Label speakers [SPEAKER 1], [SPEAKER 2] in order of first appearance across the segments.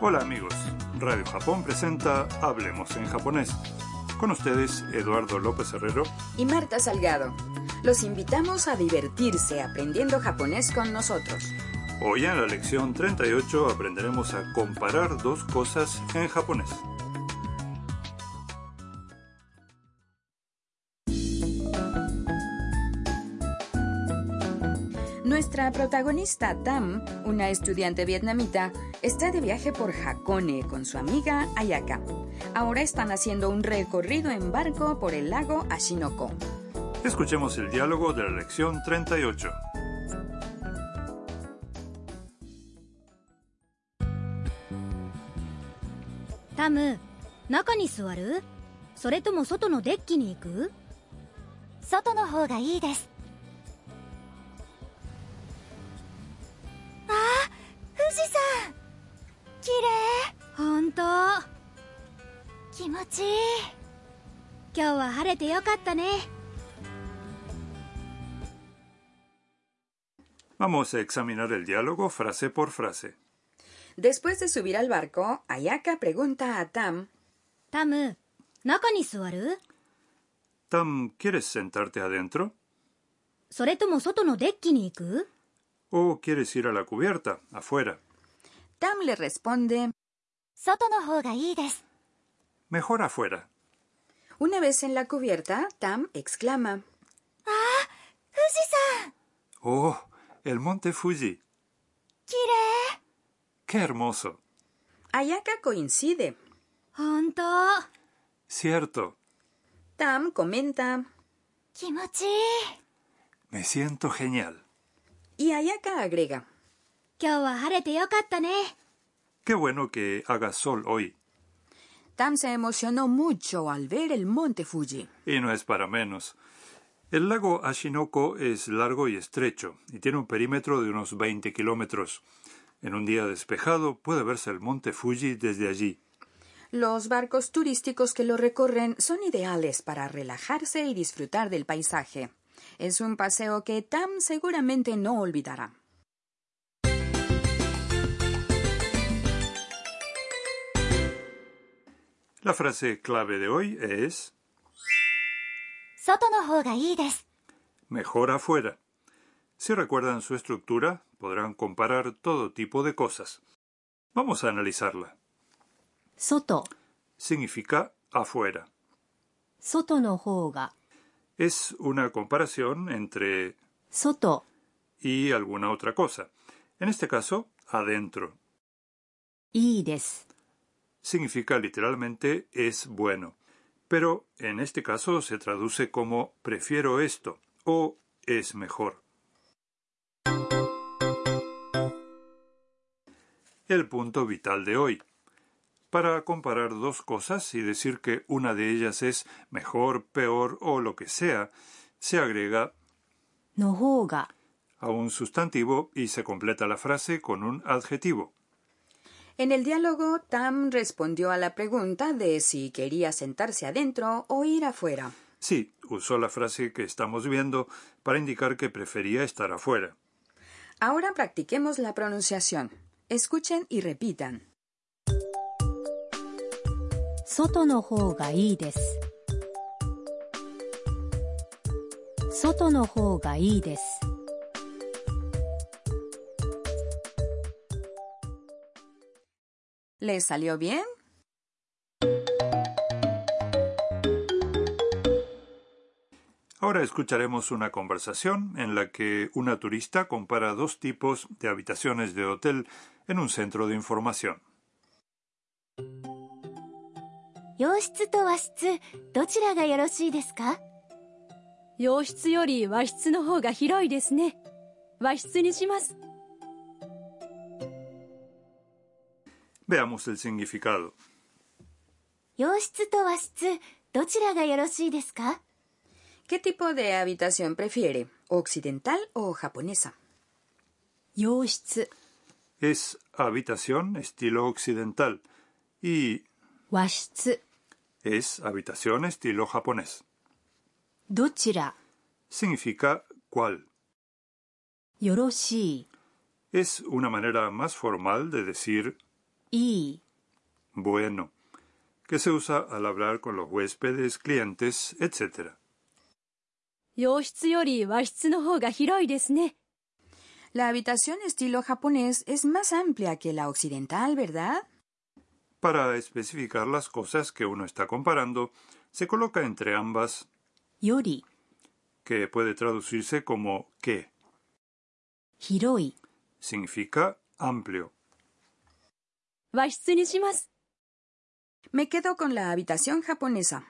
[SPEAKER 1] Hola amigos, Radio Japón presenta Hablemos en japonés. Con ustedes, Eduardo López Herrero.
[SPEAKER 2] y Marta Salgado. Los invitamos a divertirse aprendiendo japonés con nosotros.
[SPEAKER 1] Hoy en la lección 38 aprenderemos a comparar dos cosas en japonés.
[SPEAKER 2] Nuestra protagonista Tam, una estudiante vietnamita, está de viaje por Hakone con su amiga Ayaka. Ahora están haciendo un recorrido en barco por el lago Ashinoko.
[SPEAKER 1] Escuchemos el diálogo de la lección 38.
[SPEAKER 3] タム中に座るそれとも外のデッキに行く外の方がいいですあ富士山綺麗本当気持ちいい今日は晴れてよかったね
[SPEAKER 1] Vamos a examinar el diálogo frase por frase.
[SPEAKER 2] Después de subir al barco, Ayaka pregunta a Tam,
[SPEAKER 3] タム中に座る
[SPEAKER 1] Tam, ¿quieres sentarte adentro?
[SPEAKER 3] それとも外のデッキに行く
[SPEAKER 1] ¿O quieres ir a la cubierta, afuera?
[SPEAKER 2] Tam le responde,
[SPEAKER 3] 外の方がいいです
[SPEAKER 1] Mejor afuera.
[SPEAKER 2] una vez en la cubierta, Tam exclama,
[SPEAKER 3] 富士山
[SPEAKER 1] Oh, el monte Fuji.
[SPEAKER 3] 綺麗
[SPEAKER 1] Qué hermoso.
[SPEAKER 2] Ayaka coincide.
[SPEAKER 3] 本当
[SPEAKER 1] Cierto.
[SPEAKER 2] Tam comenta
[SPEAKER 3] 気持ちいい
[SPEAKER 1] Me siento genial.
[SPEAKER 2] y Ayaka agrega,
[SPEAKER 3] 今日は晴れてよかったね
[SPEAKER 1] Qué bueno que haga sol hoy.
[SPEAKER 2] Tam se emocionó mucho al ver el monte Fuji.
[SPEAKER 1] Y no es para menos. El lago Ashinoko es largo y estrecho, y tiene un perímetro de unos 20 kilómetros. En un día despejado puede verse el monte Fuji desde allí.
[SPEAKER 2] Los barcos turísticos que lo recorren son ideales para relajarse y disfrutar del paisaje. Es un paseo que Tam seguramente no olvidará.
[SPEAKER 1] La frase clave de hoy es
[SPEAKER 3] 外の方がいいです
[SPEAKER 1] mejor afuera. Si recuerdan su estructura, podrán comparar todo tipo de cosas. Vamos a analizarla.
[SPEAKER 3] 外
[SPEAKER 1] Significa afuera.
[SPEAKER 3] 外の方が
[SPEAKER 1] Es una comparación entre
[SPEAKER 3] 外
[SPEAKER 1] y alguna otra cosa. En este caso, adentro.
[SPEAKER 3] いいです
[SPEAKER 1] Significa literalmente es bueno. Pero en este caso se traduce como prefiero esto o es mejor. El punto vital de hoy. Para comparar dos cosas y decir que una de ellas es mejor, peor o lo que sea, se agrega
[SPEAKER 3] の方が
[SPEAKER 1] a un sustantivo y se completa la frase con un adjetivo.
[SPEAKER 2] En el diálogo, Tam respondió a la pregunta de si quería sentarse adentro o ir afuera.
[SPEAKER 1] Sí, usó la frase que estamos viendo para indicar que prefería estar afuera.
[SPEAKER 2] Ahora practiquemos la pronunciación. Escuchen y repitan.
[SPEAKER 3] 外の方がいいです外の方がいいです
[SPEAKER 2] ¿Les salió bien?
[SPEAKER 1] Ahora escucharemos una conversación en la que una turista compara dos tipos de habitaciones de hotel en un centro de información.
[SPEAKER 3] 洋室と和室どちらがよろしいですか洋室より和室の方が広いですね和室にします
[SPEAKER 1] Veamos el significado.
[SPEAKER 3] 洋室と和室どちらがよろしいですか
[SPEAKER 2] ¿Qué tipo de habitación prefiere? ¿Occidental o japonesa?
[SPEAKER 3] 洋室
[SPEAKER 1] Es habitación estilo occidental y
[SPEAKER 3] 和室
[SPEAKER 1] es habitación estilo japonés.
[SPEAKER 3] どちら
[SPEAKER 1] Significa cuál.
[SPEAKER 3] よろしい
[SPEAKER 1] Es una manera más formal de decir
[SPEAKER 3] いい
[SPEAKER 1] bueno, que se usa al hablar con los huéspedes, clientes, etc.
[SPEAKER 3] 洋室より和室の方が広いですね
[SPEAKER 2] La habitación estilo japonés es más amplia que la occidental, ¿verdad?
[SPEAKER 1] Para especificar las cosas que uno está comparando, se coloca entre ambas,
[SPEAKER 3] より
[SPEAKER 1] que puede traducirse como que,
[SPEAKER 3] 広い
[SPEAKER 1] significa amplio.
[SPEAKER 3] 和室にします
[SPEAKER 2] Me quedo con la habitación japonesa.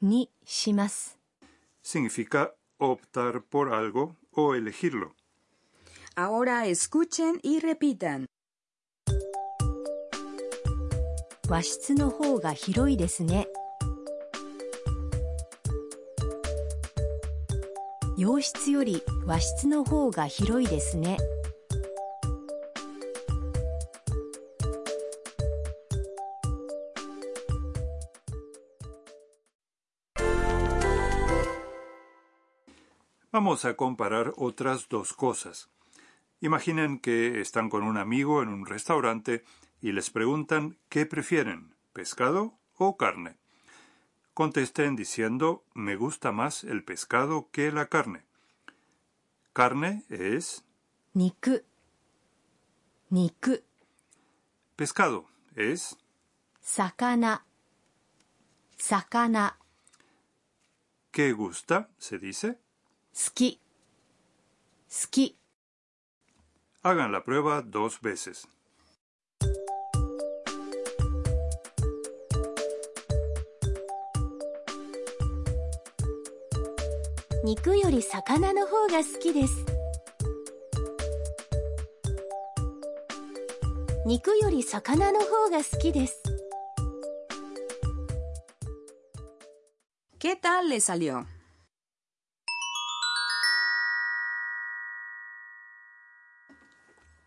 [SPEAKER 3] にします
[SPEAKER 1] Significa optar por algo o elegirlo.
[SPEAKER 2] Ahora escuchen y repitan.
[SPEAKER 3] 和室の方が広いですね洋室より和室の方が広いですね
[SPEAKER 1] Vamos a comparar otras dos cosas. Imaginen que están con un amigo en un restaurante y les preguntan qué prefieren, pescado o carne. Contesten diciendo me gusta más el pescado que la carne. Carne es
[SPEAKER 3] 肉肉
[SPEAKER 1] pescado, es
[SPEAKER 3] 魚魚
[SPEAKER 1] que gusta, se dice.
[SPEAKER 3] 好き好き
[SPEAKER 1] Hagan la prueba dos veces.
[SPEAKER 3] 肉より魚の方が好きです肉より魚の方が好きです
[SPEAKER 2] ¿Qué tal le salió?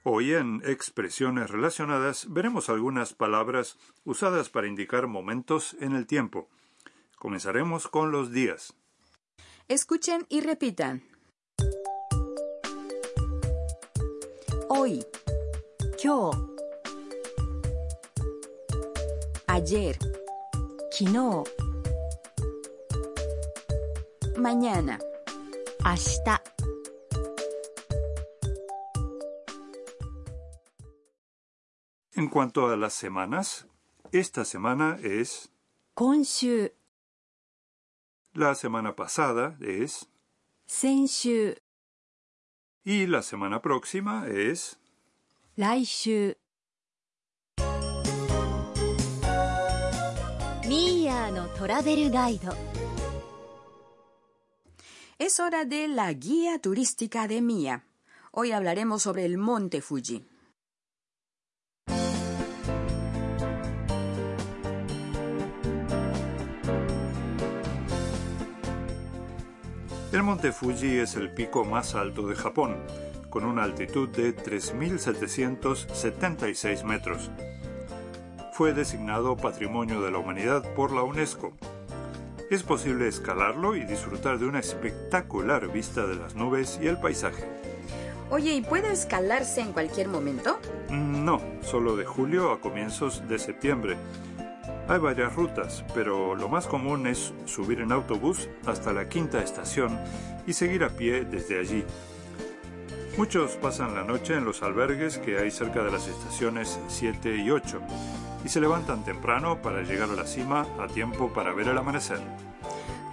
[SPEAKER 1] Hoy en expresiones relacionadas veremos algunas palabras usadas para indicar momentos en el tiempo. Comenzaremos con los días.
[SPEAKER 2] Escuchen y repitan. Hoy,
[SPEAKER 3] 今日
[SPEAKER 2] ayer,
[SPEAKER 3] 昨日明
[SPEAKER 2] mañana.
[SPEAKER 3] 日
[SPEAKER 1] En cuanto a las semanas, esta semana es,
[SPEAKER 3] 今週
[SPEAKER 1] la semana pasada es,
[SPEAKER 3] 先週
[SPEAKER 1] y la semana próxima es.
[SPEAKER 3] 来週ミーヤーのトラベルガイド
[SPEAKER 2] Es hora de la guía turística de Mía. Hoy hablaremos sobre el monte Fuji.
[SPEAKER 1] El monte Fuji es el pico más alto de Japón, con una altitud de 3.776 metros. Fue designado Patrimonio de la Humanidad por la UNESCO. Es posible escalarlo y disfrutar de una espectacular vista de las nubes y el paisaje.
[SPEAKER 2] Oye, ¿y puede escalarse en cualquier momento?
[SPEAKER 1] No, solo de julio a comienzos de septiembre. Hay varias rutas, pero lo más común es subir en autobús hasta la quinta estación y seguir a pie desde allí. Muchos pasan la noche en los albergues que hay cerca de las estaciones 7 y 8 y se levantan temprano para llegar a la cima a tiempo para ver el amanecer.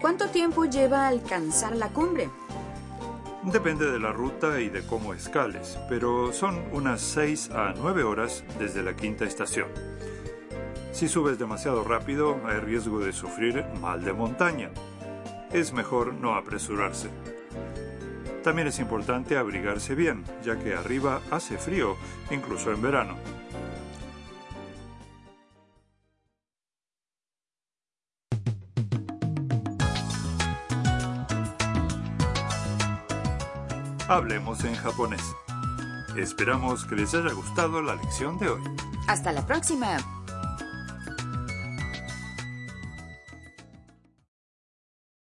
[SPEAKER 2] ¿Cuánto tiempo lleva alcanzar la cumbre?
[SPEAKER 1] Depende de la ruta y de cómo escales, pero son unas 6 a 9 horas desde la quinta estación. Si subes demasiado rápido, hay riesgo de sufrir mal de montaña. Es mejor no apresurarse. También es importante abrigarse bien, ya que arriba hace frío, incluso en verano. Hablemos en japonés. Esperamos que les haya gustado la lección de hoy.
[SPEAKER 2] Hasta la próxima.